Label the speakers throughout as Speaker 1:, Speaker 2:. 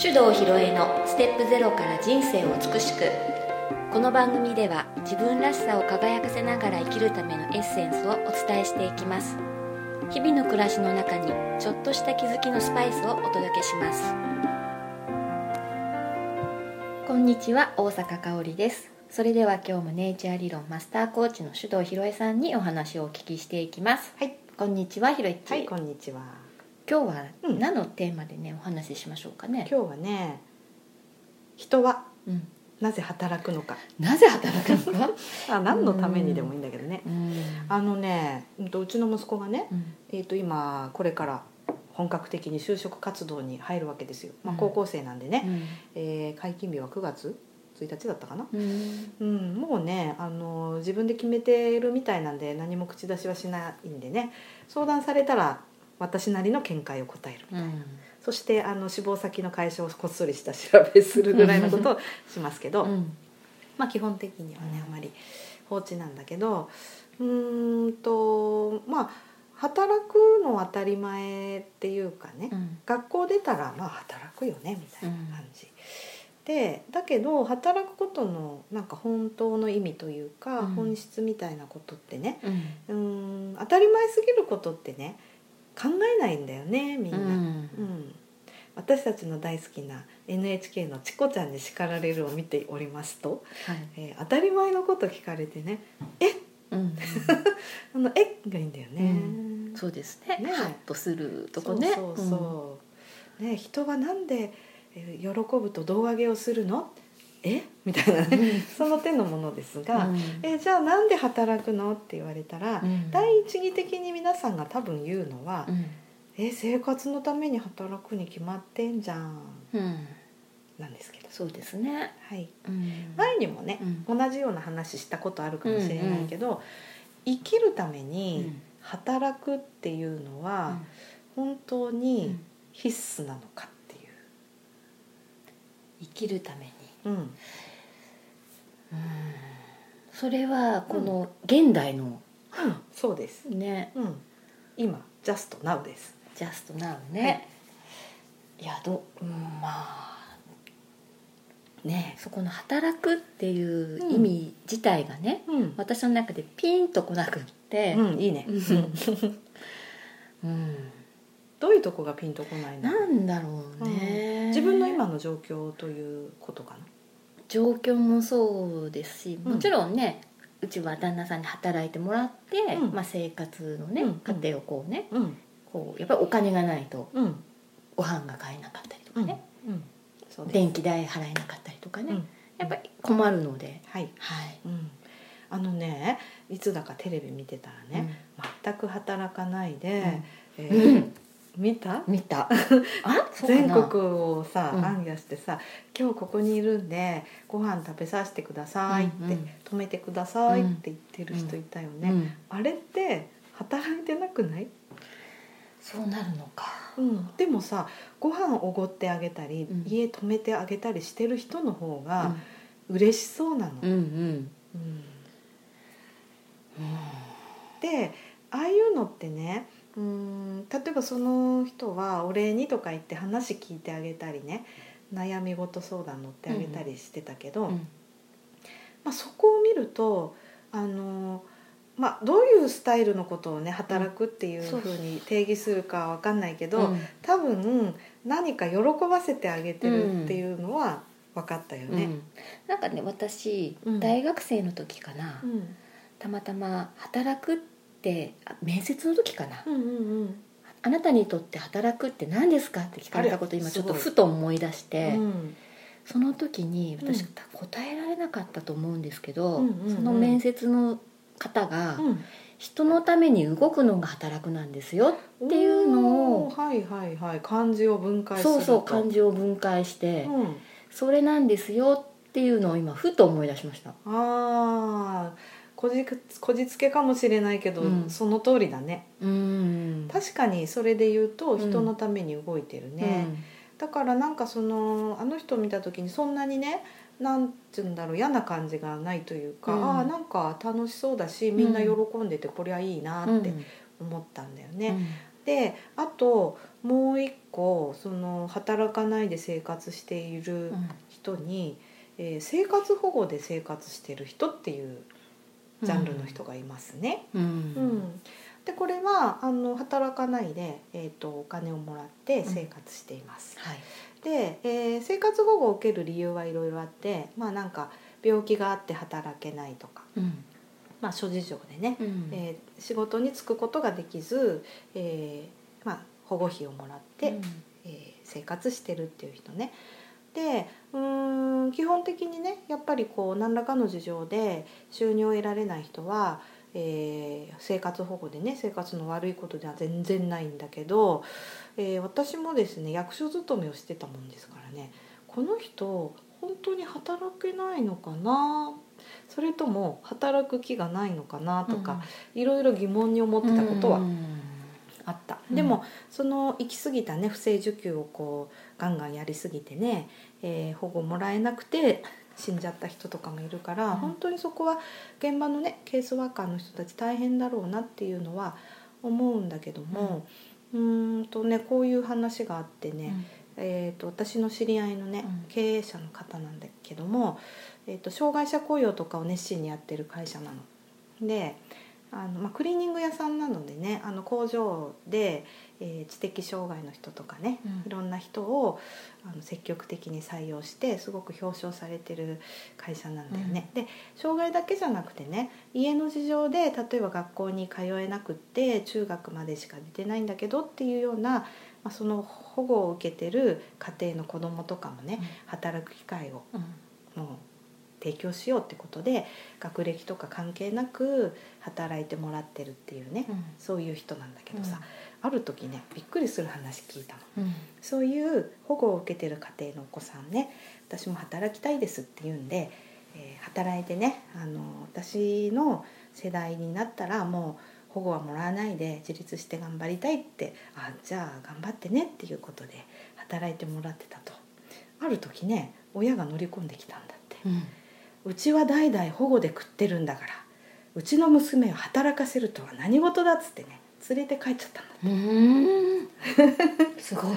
Speaker 1: 手動ひろえのステップゼロから人生を美しくこの番組では自分らしさを輝かせながら生きるためのエッセンスをお伝えしていきます日々の暮らしの中にちょっとした気づきのスパイスをお届けしますこんにちは大阪香織ですそれでは今日もネイチャー理論マスターコーチの手動ひろえさんにお話をお聞きしていきます
Speaker 2: はい
Speaker 1: こんにちはひろえっち、
Speaker 2: はい、こんにちは。
Speaker 1: 今日は
Speaker 2: うん
Speaker 1: 何のテーマでね、お話ししましょうかね
Speaker 2: 今日はね、人は
Speaker 1: うん、
Speaker 2: なぜ働くのか、
Speaker 1: なぜ働くのか、
Speaker 2: あ何のためにでもいいんだけどね。
Speaker 1: うん
Speaker 2: あのね、うんとうちの息子がね、
Speaker 1: うん
Speaker 2: えっ、と今これから本格的に就職活動に入るわけですよ。まあ
Speaker 1: うん
Speaker 2: 高校生なんでね、
Speaker 1: うん
Speaker 2: えー解禁日は9月1日だったかな。
Speaker 1: うん
Speaker 2: うん、もうねあの自分で決めてるみたいなんで何も口出しはしないんでね相談されたら私なりの見解を答える
Speaker 1: うん
Speaker 2: そしてあの志望先の会社をこっそり下調べするぐらいのことをしますけど、
Speaker 1: うん
Speaker 2: まあ、基本的にはね
Speaker 1: うん
Speaker 2: あまり放置なんだけどうーんとまあ働くの当たり前っていうかね、
Speaker 1: うん
Speaker 2: 学校出たらまあ働くよねみたいな
Speaker 1: うん
Speaker 2: 感じ、でだけど働くことのなんか本当の意味というか、
Speaker 1: うん
Speaker 2: 本質みたいなことってね
Speaker 1: うん
Speaker 2: うーん当たり前すぎることってね考えないんだよねみん
Speaker 1: う
Speaker 2: な。
Speaker 1: ん
Speaker 2: うん、私たちの大好きな NHK の「チコちゃんに叱られる」を見ておりますと、
Speaker 1: はい
Speaker 2: えー当たり前のこと聞かれてね
Speaker 1: うん
Speaker 2: 「あのえがいいんだよね。
Speaker 1: そうですね
Speaker 2: ね
Speaker 1: ハッとするとこね
Speaker 2: そうそうそうね人はなんでえー喜ぶと胴上げをするのえみたいな
Speaker 1: う
Speaker 2: ね、
Speaker 1: ん
Speaker 2: その手のものです
Speaker 1: う
Speaker 2: が「
Speaker 1: ん
Speaker 2: えじゃあなんで働くの?」って言われたら、
Speaker 1: うん
Speaker 2: 第一義的に皆さんが多分言うのは「
Speaker 1: うん
Speaker 2: え生活のために働くに決まってんじゃん
Speaker 1: うん」
Speaker 2: なんですけど。
Speaker 1: そうですね
Speaker 2: はい、
Speaker 1: うん
Speaker 2: 前にもね、
Speaker 1: う
Speaker 2: 同じような話したことあるかもしれないけど、生きるため
Speaker 1: う
Speaker 2: に
Speaker 1: ん
Speaker 2: 働くっていうのは本当
Speaker 1: う
Speaker 2: に
Speaker 1: ん
Speaker 2: 必須なのかってい
Speaker 1: 生きるために
Speaker 2: う、うん、
Speaker 1: それはこの現代の
Speaker 2: そうです、
Speaker 1: ね
Speaker 2: うん、今ジャストナウです
Speaker 1: ジャストナウねいやどううんまあ
Speaker 2: ね
Speaker 1: そこの働くっていう意味自体がね、
Speaker 2: うん、
Speaker 1: 私の中でピンとこなくって、
Speaker 2: うん、いいね、
Speaker 1: うん
Speaker 2: うん
Speaker 1: うん
Speaker 2: どういうとこがピンとこないの
Speaker 1: なんだろうね、
Speaker 2: 自分の今の状況ということかな
Speaker 1: 状況もそうですし
Speaker 2: うん
Speaker 1: もちろんね、うちは旦那さんに働いてもらって、
Speaker 2: うん
Speaker 1: まあ、生活のね、
Speaker 2: うん
Speaker 1: 家庭をこうね
Speaker 2: うん
Speaker 1: こうやっぱりお金がないと
Speaker 2: うん
Speaker 1: ご飯が買えなかったりと
Speaker 2: う
Speaker 1: か
Speaker 2: ん、
Speaker 1: ね、
Speaker 2: うん、そうです、
Speaker 1: 電気代払えなかったりとかね、
Speaker 2: うん
Speaker 1: やっぱり困るので、
Speaker 2: はい、
Speaker 1: はい
Speaker 2: うん、あのねいつだかテレビ見てたらね、全く働かないで、え
Speaker 1: うんう
Speaker 2: ー
Speaker 1: ん
Speaker 2: 見た
Speaker 1: 見 たあそうか
Speaker 2: 全
Speaker 1: な
Speaker 2: 国をさ
Speaker 1: うん
Speaker 2: 暗夜してさ、今日ここにいるんでご飯食べさせてくださいって、
Speaker 1: うんうん
Speaker 2: 止めてくださいって言ってる人いたよね、
Speaker 1: うん
Speaker 2: あれって働いてなくない、
Speaker 1: そうなるのか
Speaker 2: うん、でもさご飯おごってあげたり、
Speaker 1: うん
Speaker 2: 家止めてあげたりしてる人の方が嬉しそうなの、
Speaker 1: うんうん
Speaker 2: うん
Speaker 1: うん
Speaker 2: でああいうのってねうーん例えばその人はお礼にとか言って話聞いてあげたりね悩み事相談乗ってあげたりしてたけど、
Speaker 1: うん
Speaker 2: まあ、そこを見るとあの、まあ、どういうスタイルのことをね働くっていう
Speaker 1: そう
Speaker 2: ふ
Speaker 1: そう
Speaker 2: うに定義するかわかんないけど、
Speaker 1: うん
Speaker 2: 多分何か喜ばせてあげてるっていうのは分かったよ
Speaker 1: う
Speaker 2: ね。
Speaker 1: んなんかね私、
Speaker 2: うん
Speaker 1: 大学生の時かな、
Speaker 2: うん
Speaker 1: たまたま働くってあ面接の時かな、
Speaker 2: うんうんうん
Speaker 1: あなたにとって働くって何ですかって聞かれたことを
Speaker 2: あ
Speaker 1: 今
Speaker 2: れ
Speaker 1: ちょっと
Speaker 2: すごい
Speaker 1: ふと思い出して、
Speaker 2: うん
Speaker 1: その時に私、
Speaker 2: うん
Speaker 1: 答えられなかったと思うんですけど、
Speaker 2: うんうんうん
Speaker 1: その面接の方が、
Speaker 2: うん
Speaker 1: 人のために動くのが働くなんですよっていうのを
Speaker 2: おーはいはいはい漢字を分解する
Speaker 1: そ
Speaker 2: と
Speaker 1: うそう漢字を分解して、
Speaker 2: うん、
Speaker 1: それなんですよっていうのを今ふと思い出しました。
Speaker 2: ああこじくこじつけかもしれないけど、
Speaker 1: うん
Speaker 2: その通りだね
Speaker 1: うん
Speaker 2: 確かにそれで言う
Speaker 1: う
Speaker 2: と
Speaker 1: ん
Speaker 2: 人のために動いてるね、だからなんかそのあの人を見た時にそんなにねなんていうんだろう嫌な感じがないというか、
Speaker 1: うん
Speaker 2: ああなんか楽しそうだしみんな喜んでてこりゃいいな
Speaker 1: うん
Speaker 2: って思ったんだよね、
Speaker 1: うん
Speaker 2: であともう一個その働かないで生活している人に、えー生活保護で生活してる人っていうジャンルの人がいますね。
Speaker 1: うんう
Speaker 2: うん
Speaker 1: ん
Speaker 2: でこれはあの働かないで、えー、とお金をもらって生活しています。
Speaker 1: はい
Speaker 2: で、えー生活保護を受ける理由はいろいろあってまあなんか病気があって働けないとか、
Speaker 1: うん
Speaker 2: まあ、諸事情でね、
Speaker 1: うん
Speaker 2: えー仕事に就くことができず、えーまあ、保護費をもらって、えー生活してるっていう人ね。でうーん基本的にねやっぱりこう何らかの事情で収入を得られない人は、えー生活保護でね生活の悪いことでは全然ないんだけど、えー私もですね役所勤めをしてたもんですからねこの人本当に働けないのかなそれとも働く気がないのかなとか、いろいろ疑問に思ってたことはあった、
Speaker 1: うん
Speaker 2: でもその行き過ぎたね不正受給をこうガンガンやりすぎてね、えー保護もらえなくて死んじゃった人とかもいるから、
Speaker 1: うん
Speaker 2: 本当にそこは現場のねケースワーカーの人たち大変だろうなっていうのは思うんだけども、うーんとねこういう話があってね、えー、と私の知り合いのね、
Speaker 1: うん
Speaker 2: 経営者の方なんだけども、えー、と障害者雇用とかを熱心にやってる会社なの。であのまあ、クリーニング屋さんなのでねあの工場で、えー知的障害の人とかね、
Speaker 1: うん
Speaker 2: いろんな人をあの積極的に採用してすごく表彰されてる会社なんだよね。で障害だけじゃなくてね家の事情で例えば学校に通えなくって中学までしか出てないんだけどっていうようなまあ、その保護を受けてる家庭の子どもとかもね
Speaker 1: うん
Speaker 2: 働く機会を
Speaker 1: うん
Speaker 2: もう提供しようってことで学歴とか関係なく働いてもらってるっていうね、
Speaker 1: うん
Speaker 2: そういう人なんだけどさ、
Speaker 1: うん
Speaker 2: ある時ねびっくりする話聞いたの
Speaker 1: うん
Speaker 2: そういう保護を受けてる家庭のお子さんね私も働きたいですって言うんで、えー働いてねあの私の世代になったらもう保護はもらわないで自立して頑張りたいってあじゃあ頑張ってねっていうことで働いてもらってたとある時ね親が乗り込んできたんだって
Speaker 1: うん
Speaker 2: うちは代々保護で食ってるんだからうちの娘を働かせるとは何事だっつってね連れて帰っちゃったんだって
Speaker 1: う ーんすごい。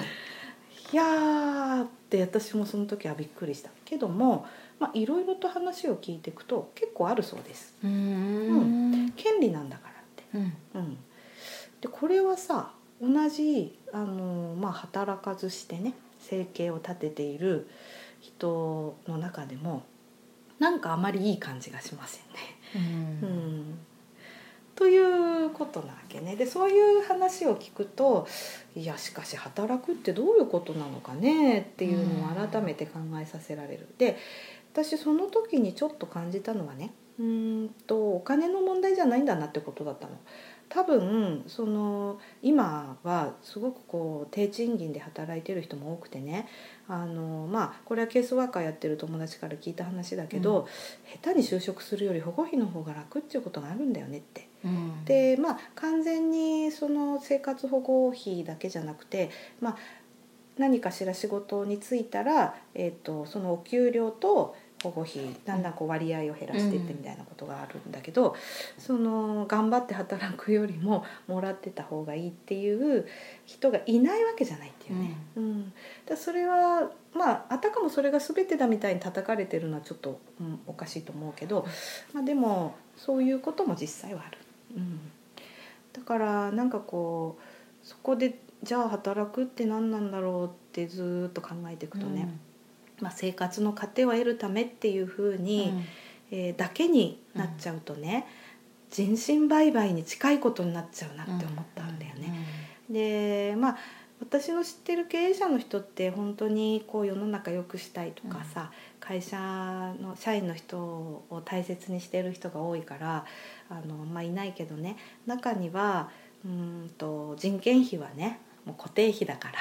Speaker 2: いやーって私もその時はびっくりしたけどもまあいろいろと話を聞いていくと結構あるそうです
Speaker 1: うーん。
Speaker 2: 権利なんだからって
Speaker 1: うん。
Speaker 2: うんでこれはさ同じ、あのーまあ、働かずしてね生計を立てている人の中でもなんかあまりいい感じがしませんね
Speaker 1: う。
Speaker 2: うんんということなわけねでそういう話を聞くといやしかし働くってどういうことなのかねっていうの
Speaker 1: う
Speaker 2: を
Speaker 1: ん
Speaker 2: 改めて考えさせられる、で私その時にちょっと感じたのはねうーんとお金の問題じゃないんだなってことだったの。多分その今はすごくこう低賃金で働いてる人も多くてねあの、まあ、これはケースワーカーやってる友達から聞いた話だけど、下手に就職するより保護費の方が楽っていうことがあるんだよねって。
Speaker 1: うん、
Speaker 2: でまあ完全にその生活保護費だけじゃなくて、まあ、何かしら仕事に就いたら、えー、とそのお給料と保護費だんだんこう割合を減らしていってみたいなことがあるんだけど、その頑張って働くよりももらってた方がいいっていう人がいないわけじゃないっていうね。うん、だからそれはまああたかもそれが全てだみたいに叩かれてるのはちょっと、うん、おかしいと思うけど、まあ、でもそういうことも実際はある、うん、だからなんかこうそこでじゃあ働くって何なんだろうってずーっと考えていくとね、まあ、生活の糧を得るためっていうふう
Speaker 1: うん。
Speaker 2: に、えーだけになっちゃうとね、人身売買に近いことになっちゃうなって思ったんだよね。でまあ私の知ってる経営者の人って本当にこう世の中良くしたいとかさ、会社の社員の人を大切にしてる人が多いからあの、まあ、いないけどね中にはうーんと人件費はねもう固定費だから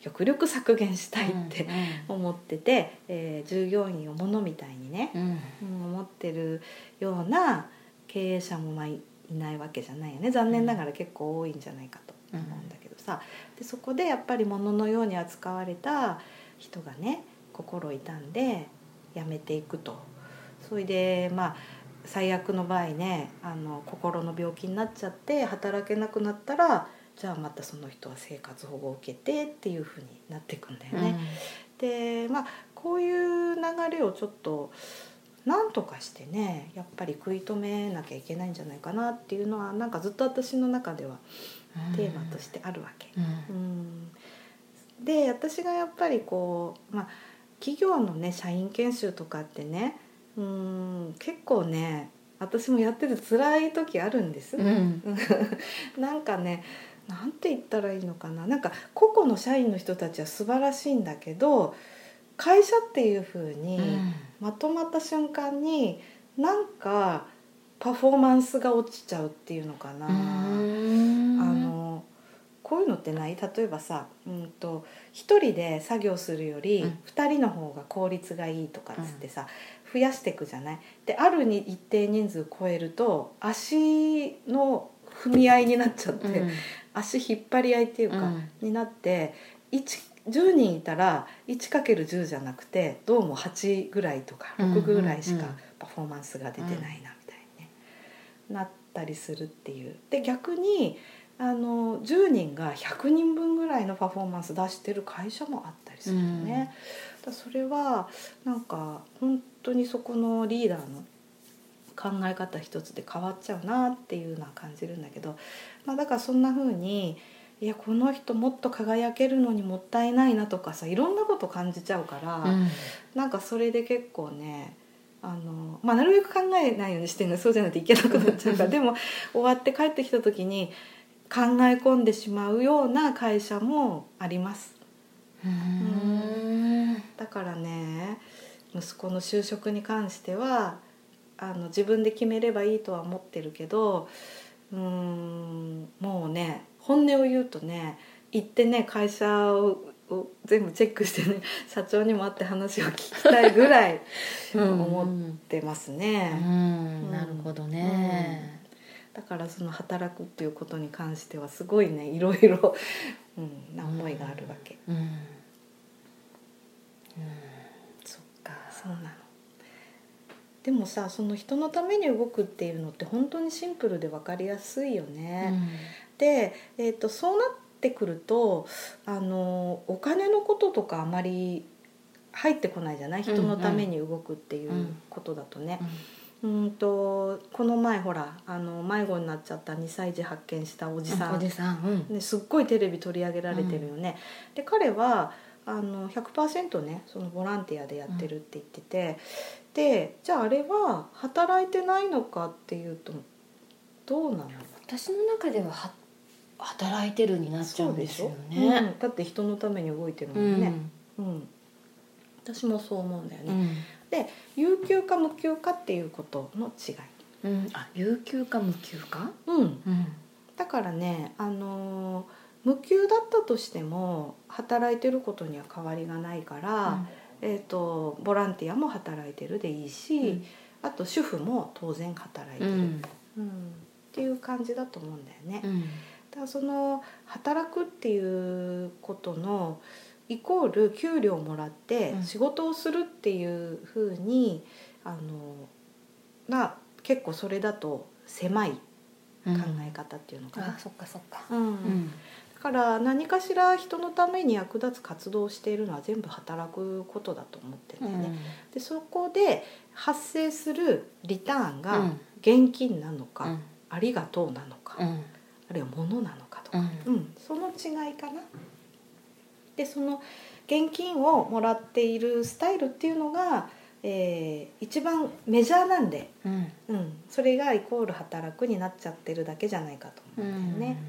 Speaker 2: 極力削減したいって、思ってて、えー従業員をものみたいにね、
Speaker 1: うん。、
Speaker 2: うん思ってるような経営者もまあいいないわけじゃないよね残念ながら結構多いんじゃないかと思うんだけどさ、でそこでやっぱり物のように扱われた人がね心を痛んで辞めていくとそれでまあ最悪の場合ねあの心の病気になっちゃって働けなくなったらじゃあまたその人は生活保護を受けてっていうふうになっていくんだよね。でまあこういう流れをちょっとなんとかしてねやっぱり食い止めなきゃいけないんじゃないかなっていうのはなんかずっと私の中ではテーマとしててあるわけ。
Speaker 1: うん
Speaker 2: うんで私がやっぱりこう、まあ、企業のね社員研修とかってねうん結構ね私もやってて辛い時あるんです。
Speaker 1: うん
Speaker 2: なんかねなんて言ったらいいのかななんか個々の社員の人たちは素晴らしいんだけど会社っていう風にまとまった瞬間になんかパフォーマンスが落ちちゃうっていうのかな。あのこういうのってない例えばさ、うん、と1人で作業するより
Speaker 1: うん
Speaker 2: 2人の方が効率がいいとかっつってさ、増やしていくじゃないであるに一定人数超えると足の踏み合いになっちゃって、
Speaker 1: うん
Speaker 2: 足引っ張り合いっていうか、
Speaker 1: うん
Speaker 2: になって1 10人いたら 1×10 じゃなくてどうも8ぐらいとか6ぐらいしか
Speaker 1: うんうんうん
Speaker 2: パフォーマンスが出てないなみたいに、ねなったりするっていう。で逆にあの10人が100人分ぐらいのパフォーマンス出してる会社もあったりするよね。
Speaker 1: うん
Speaker 2: だからそれはなんか本当にそこのリーダーの考え方一つで変わっちゃうなっていうのは感じるんだけど、まあ、だからそんな風にいやこの人もっと輝けるのにもったいないなとかさいろんなこと感じちゃうから、
Speaker 1: うん
Speaker 2: なんかそれで結構ねあの、まあ、なるべく考えないようにしてるのそうじゃないといけなくなっちゃ うからでも終わって帰ってきた時に考え込んでしまうような会社もあります
Speaker 1: うん
Speaker 2: だからね息子の就職に関してはあの自分で決めればいいとは思ってるけどうーんもうね本音を言うとね行ってね会社をを全部チェックしてね 社長にも会って話を聞きたいぐら い思ってます
Speaker 1: う
Speaker 2: ね、
Speaker 1: んなるほどね、
Speaker 2: だからその働くっていうことに関してはすごいねいろいろ、うん、な思いがあるわけ、
Speaker 1: うんうん
Speaker 2: そっかそうなのでもさその人のために動くっていうのって本当にシンプルで分かりやすいよね、で、えー、とそうなってくるとあのお金のこととかあまり入ってこないじゃない人のために動くっていうことだとね、うんとこの前ほらあの迷子になっちゃった2歳児発見したおじさ
Speaker 1: お
Speaker 2: ん、
Speaker 1: じさん、うん
Speaker 2: ね、すっごいテレビ取り上げられてるよね。で彼はあの100%ねそのボランティアでやってるって言ってて、でじゃああれは働いてないのかっていうとどうなの
Speaker 1: 私の中ではは働いてるになっちゃうんですよ
Speaker 2: う
Speaker 1: ね。
Speaker 2: んだって人のために動いてるもんね、うん私もそう思うんだよ
Speaker 1: う
Speaker 2: ね、
Speaker 1: ん
Speaker 2: 有給か無給かっていうことの違い、
Speaker 1: うんあ有給か無給か、
Speaker 2: うん、
Speaker 1: うん
Speaker 2: だからね、あのー無給だったとしても働いてることには変わりがないから、えー、とボランティアも働いてるでいいし、あと主婦も当然働いて
Speaker 1: う
Speaker 2: る、
Speaker 1: ん
Speaker 2: うんっていう感じだと思うんだよね。
Speaker 1: う
Speaker 2: だ
Speaker 1: ん
Speaker 2: からその働くっていうことのイコール給料をもらって
Speaker 1: うん
Speaker 2: 仕事をするっていうふうに、あのな結構それだと狭い考
Speaker 1: うん
Speaker 2: え方っていうのかな
Speaker 1: あ。そっかそっか、
Speaker 2: うん
Speaker 1: うん
Speaker 2: だから何かしら人のために役立つ活動をしているのは全部働くことだと思ってるんだよね、でそこで発生するリターン
Speaker 1: う
Speaker 2: が
Speaker 1: ん
Speaker 2: 現金なのか、
Speaker 1: うん
Speaker 2: ありがとうなのか、
Speaker 1: うん
Speaker 2: あるいは物なのかと
Speaker 1: う
Speaker 2: か、
Speaker 1: ん
Speaker 2: うんその違いかな。でその現金をもらっているスタイルっていうのが、えー一番メジャーなんで、
Speaker 1: うん
Speaker 2: うん、それがイコール働くになっちゃってるだけじゃないかと
Speaker 1: う
Speaker 2: 思うん
Speaker 1: ん
Speaker 2: だよね。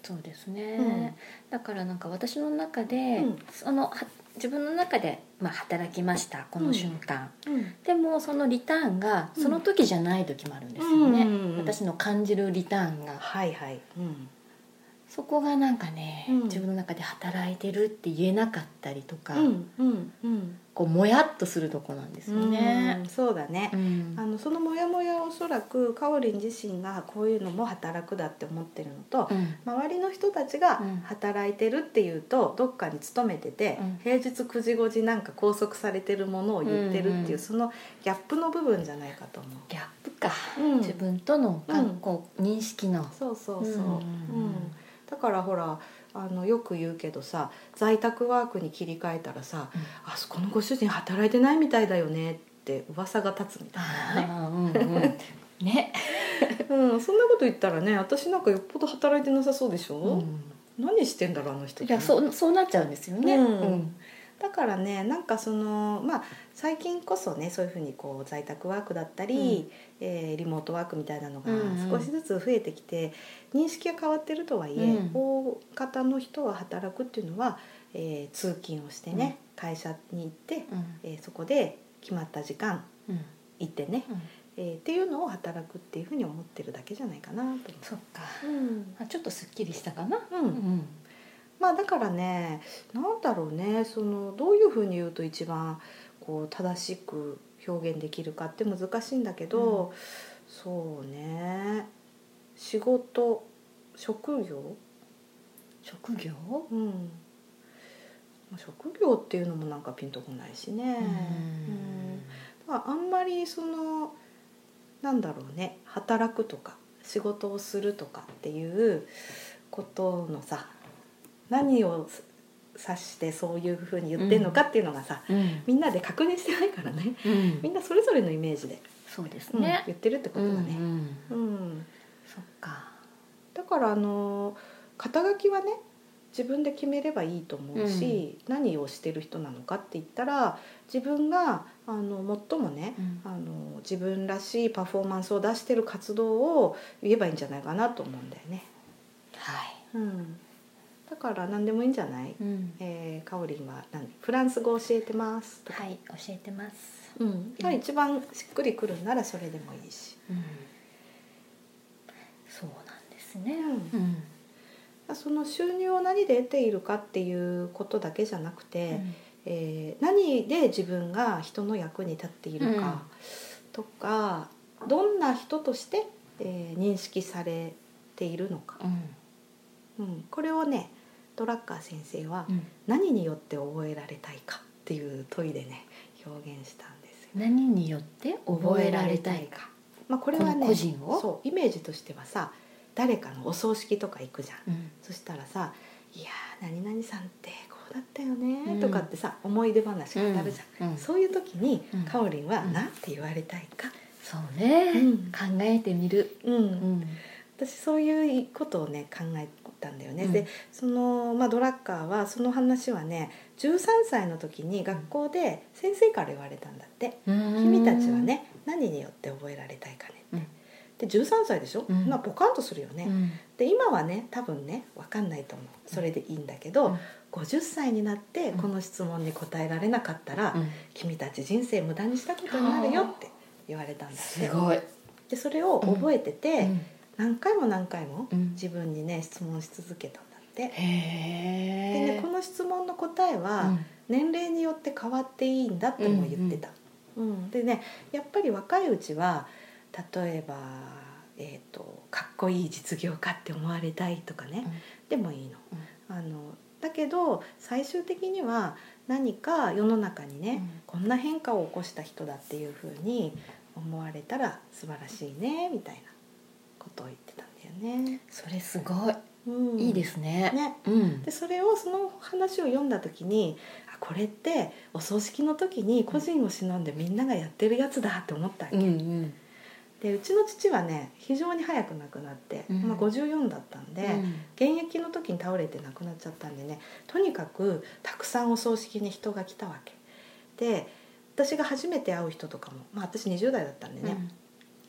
Speaker 1: そうですね、
Speaker 2: うん
Speaker 1: だからなんか私の中で、
Speaker 2: うん
Speaker 1: そのは自分の中で、まあ、働きましたこの瞬間、
Speaker 2: うん
Speaker 1: でもそのリターンが
Speaker 2: うん
Speaker 1: その時じゃない時もあるんですよね、
Speaker 2: うんうんうん
Speaker 1: 私の感じるリターンが
Speaker 2: はいはい、うん、
Speaker 1: そこがなんかね、
Speaker 2: うん
Speaker 1: 自分の中で働いてるって言えなかったりとか、
Speaker 2: うんうんうん
Speaker 1: こうもやっとするとこなんですよね
Speaker 2: う。んそうだね
Speaker 1: う、ん
Speaker 2: あのそのモヤモヤおそらくかおりん自身がこういうのも働くだって思ってるのと、
Speaker 1: うん
Speaker 2: 周りの人たちが
Speaker 1: うん
Speaker 2: 働いてるっていうとどっかに勤めてて、
Speaker 1: うん
Speaker 2: 平日9時5時なんか拘束されてるものを言ってるっていう、
Speaker 1: うんうん
Speaker 2: そのギャップの部分じゃないかと思う。
Speaker 1: ギャップか、
Speaker 2: うん
Speaker 1: 自分との、か
Speaker 2: うん
Speaker 1: こう認識の
Speaker 2: そうそうそ
Speaker 1: うん
Speaker 2: う、うんだからほらあのよく言うけどさ在宅ワークに切り替えたらさ、
Speaker 1: うん
Speaker 2: あそこのご主人働いてないみたいだよねって噂が立つみたいなね、
Speaker 1: あーうんうんね、
Speaker 2: うん、そんなこと言ったらね私なんかよっぽど働いてなさそうでしょ、
Speaker 1: うん、
Speaker 2: 何してんだろうあの人
Speaker 1: いや
Speaker 2: う
Speaker 1: そうそうなっちゃうんですよね、
Speaker 2: うんだからねなんかそのまあ最近こそねそういうふうにこう在宅ワークだったり、えーリモートワークみたいなのが
Speaker 1: うんうん
Speaker 2: 少しずつ増えてきて、認識が変わってるとはいえ、
Speaker 1: うん
Speaker 2: 大方の人は働くっていうのは、えー通勤をしてね、会社に行って、
Speaker 1: うん
Speaker 2: えーそこで決まった時間
Speaker 1: うん
Speaker 2: 行ってね、
Speaker 1: うん
Speaker 2: えーっていうのを働くっていうふうに思ってるだけじゃないかなと思って
Speaker 1: そっか
Speaker 2: うん
Speaker 1: あちょっとすっきりしたかな、
Speaker 2: うん
Speaker 1: うん
Speaker 2: まあだからねなんだろうねそのどういうふうに言うと一番こう正しく表現できるかって難しいんだけど、そうね仕事職業、
Speaker 1: 職業、
Speaker 2: うん、まあ職業っていうのもなんかピンとこないしね、うんまああんまりそのなんだろうね働くとか仕事をするとかっていうことのさ何を指してそういうふうに言ってんのかっていうのがさ、
Speaker 1: うんうん
Speaker 2: みんなで確認してないからね
Speaker 1: うん
Speaker 2: みんなそれぞれのイメージで、
Speaker 1: そうです
Speaker 2: うん
Speaker 1: ね、
Speaker 2: 言ってるってことだ
Speaker 1: うん
Speaker 2: ね。
Speaker 1: うん
Speaker 2: うん
Speaker 1: そっか
Speaker 2: だからあの肩書きはね自分で決めればいいと思うし、何をしてる人なのかって言ったら自分があの最もね、
Speaker 1: うん
Speaker 2: あの自分らしいパフォーマンスを出してる活動を言えばいいんじゃないかなと思うんだよね。
Speaker 1: は
Speaker 2: うん、だから何でもいいんじゃない、
Speaker 1: い、うん
Speaker 2: えー、かおりんは何フランス語教えてますとか、
Speaker 1: はい教えてます、
Speaker 2: うん、が一番しっくりくるんならそれでもいいし、
Speaker 1: うん、そうなんですね、
Speaker 2: う
Speaker 1: うん
Speaker 2: ん、その収入を何で得ているかっていうことだけじゃなくて、えー何で自分が人の役に立っているかとか、どんな人として、えー認識されているのか。
Speaker 1: うん
Speaker 2: うん、これをねドラッカー先生は
Speaker 1: うん、
Speaker 2: 何によって覚えられたいかっていう問いでね表現したんですよ。
Speaker 1: 何によって覚えられたいか、
Speaker 2: まあ、これは
Speaker 1: こ
Speaker 2: ね
Speaker 1: の個人を
Speaker 2: そうイメージとしてはさ誰かのお葬式とか行くじゃん。
Speaker 1: うん
Speaker 2: そしたらさ「いやー何々さんってこうだったよ
Speaker 1: う
Speaker 2: ね」
Speaker 1: ん
Speaker 2: とかってさ、思い出話が語るじゃん。
Speaker 1: うんうん
Speaker 2: そういう時に、
Speaker 1: うん
Speaker 2: かおりんは
Speaker 1: うん
Speaker 2: 何て言われたいか、
Speaker 1: そうね、
Speaker 2: うん
Speaker 1: 考えてみる、
Speaker 2: うん
Speaker 1: うん
Speaker 2: 私そういうことをね考えたんだよね、
Speaker 1: うん
Speaker 2: でその、まあ、ドラッカーはその話はね13歳の時に学校で先生から言われたんだって「君たちは、ね何によって覚えられたいかね」って、で13歳でしょ、
Speaker 1: うん
Speaker 2: まあポカンとするよね、
Speaker 1: うん
Speaker 2: で今はね多分ね分かんないと思うそれでいいんだけど、
Speaker 1: うん
Speaker 2: 50歳になって
Speaker 1: うん
Speaker 2: この質問に答えられなかったら「
Speaker 1: うん
Speaker 2: 君たち人生無駄にしたことになるよ」って言われたんだって
Speaker 1: すごい、
Speaker 2: でそれを覚えてて、
Speaker 1: うん
Speaker 2: 何回も何回も
Speaker 1: うん
Speaker 2: 自分にね質問し続けたんだって。
Speaker 1: へ
Speaker 2: で
Speaker 1: え、
Speaker 2: ねこの質問の答えは年齢によって変わっていいんだとも言ってた。うんでねやっぱり若いうちは例えば、えー、とかっこいい実業家って思われたいとかね、でもいいの。あのだけど最終的には何か世の中にね、
Speaker 1: うん
Speaker 2: こんな変化を起こした人だっていうふうに思われたら素晴らしいねみたいなことを言ってたんだよね。
Speaker 1: それすごい、
Speaker 2: うん
Speaker 1: いいですね
Speaker 2: ね
Speaker 1: うん
Speaker 2: でそれをその話を読んだ時にあこれってお葬式の時に個人を忍んでみんながやってるやつだって思ったわけ、
Speaker 1: うんうん
Speaker 2: でうちの父はね非常に早く亡くなって、
Speaker 1: うん
Speaker 2: まあ、54だったんで、
Speaker 1: うん
Speaker 2: 現役の時に倒れて亡くなっちゃったんでねとにかくたくさんお葬式に人が来たわけで私が初めて会う人とかも、まあ、私20代だったんでね、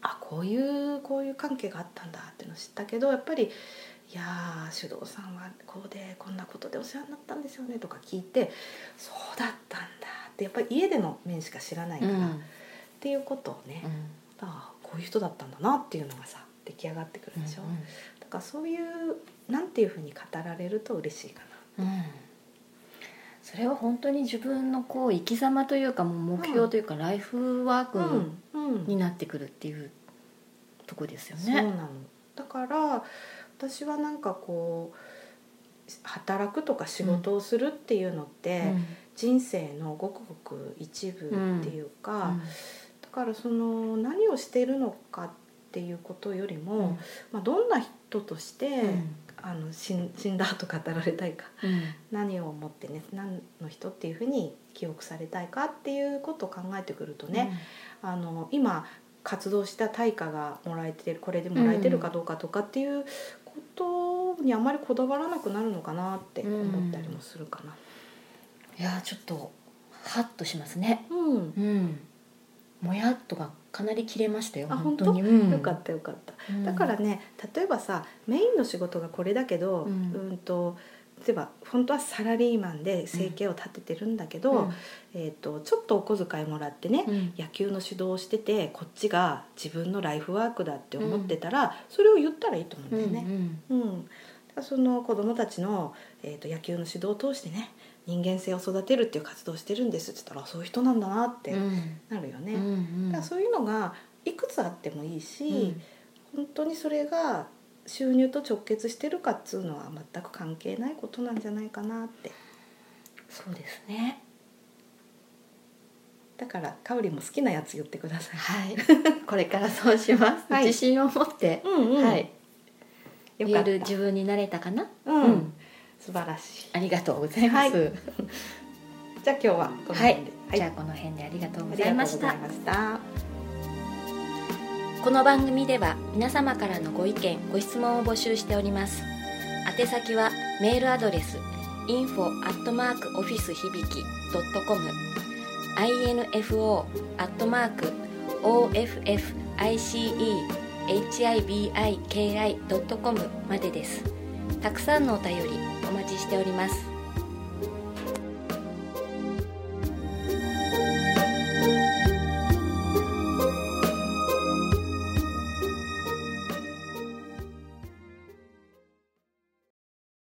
Speaker 2: あこういうこういう関係があったんだっていうのを知ったけどやっぱり「いやー主導さんはこうでこんなことでお世話になったんですよね」とか聞いて「そうだったんだ」ってやっぱり家での面しか知らないから、っていうことをね、あーこういう人だったんだなっていうのがさ出来上がってくるでしょ。だからそういうなんていうふうに語られると嬉しいか
Speaker 1: うんそれは本当に自分のこう生き様というかもう目標というか、ライフワー
Speaker 2: な。
Speaker 1: ク
Speaker 2: うん、
Speaker 1: になってくるっていうとこですよ
Speaker 2: そうな
Speaker 1: ね。
Speaker 2: の。だから私はなんかこう働くとか仕事をするっていうのって、人生のごくごく一部っていうか、だからその何をしているのかっていうことよりも、
Speaker 1: うん
Speaker 2: まあ、どんな人としてあの死ん死んだと語られたいか
Speaker 1: うん
Speaker 2: 何をもってね何の人っていうふうに記憶されたいかっていうことを考えてくるとね、あの今活動した対価がもらえてるこれでもらえてるかどうかとかっていうことにあまりこだわらなくなるのかなって思ったりもするかな。
Speaker 1: いやーちょっとハッとしますね
Speaker 2: うん
Speaker 1: うんもやっとがかなり切れましたよ
Speaker 2: あ
Speaker 1: 本当にうん
Speaker 2: よかったよかった。
Speaker 1: うん
Speaker 2: だからね例えばさメインの仕事がこれだけど、
Speaker 1: う
Speaker 2: うんん、と例えば本当はサラリーマンで生計を立ててるんだけど、えー、とちょっとお小遣いもらってね、
Speaker 1: うん
Speaker 2: 野球の指導をしててこっちが自分のライフワークだって思ってたら、それを言ったらいいと思うんだよね。
Speaker 1: うん
Speaker 2: うんだからその子供たちの、えー、と野球の指導を通してね人間性を育てるっていう活動をしてるんですって言ったらあそういう人なんだなって
Speaker 1: うん
Speaker 2: なるよね。
Speaker 1: うんう
Speaker 2: だ
Speaker 1: ん
Speaker 2: からそういうのがいくつあってもいいし、
Speaker 1: うん
Speaker 2: 本当にそれが収入と直結してるかっつうのは全く関係ないことなんじゃないかなって
Speaker 1: そうですね
Speaker 2: だからかおりも好きなやつ言ってください
Speaker 1: はい これからそうします、
Speaker 2: はい
Speaker 1: 自信を持って、
Speaker 2: うんうん、
Speaker 1: はい
Speaker 2: よ
Speaker 1: 言
Speaker 2: か
Speaker 1: え
Speaker 2: った
Speaker 1: る自分になれたかな
Speaker 2: うん、
Speaker 1: うん
Speaker 2: 素晴らし
Speaker 1: ありがとうございます、
Speaker 2: はいじゃあ今日はこの
Speaker 1: はい
Speaker 2: 辺で、
Speaker 1: じゃあこの辺でありがとう
Speaker 2: あ
Speaker 1: ご
Speaker 2: り
Speaker 1: ざい
Speaker 2: が
Speaker 1: ま
Speaker 2: とう
Speaker 1: し
Speaker 2: ござ
Speaker 1: た
Speaker 2: いました
Speaker 1: この番組では皆様からのご意見ご質問を募集しております宛先はメールアドレス info office 響き .com info officehibiki.com までですたくさんのお便りお待ちしております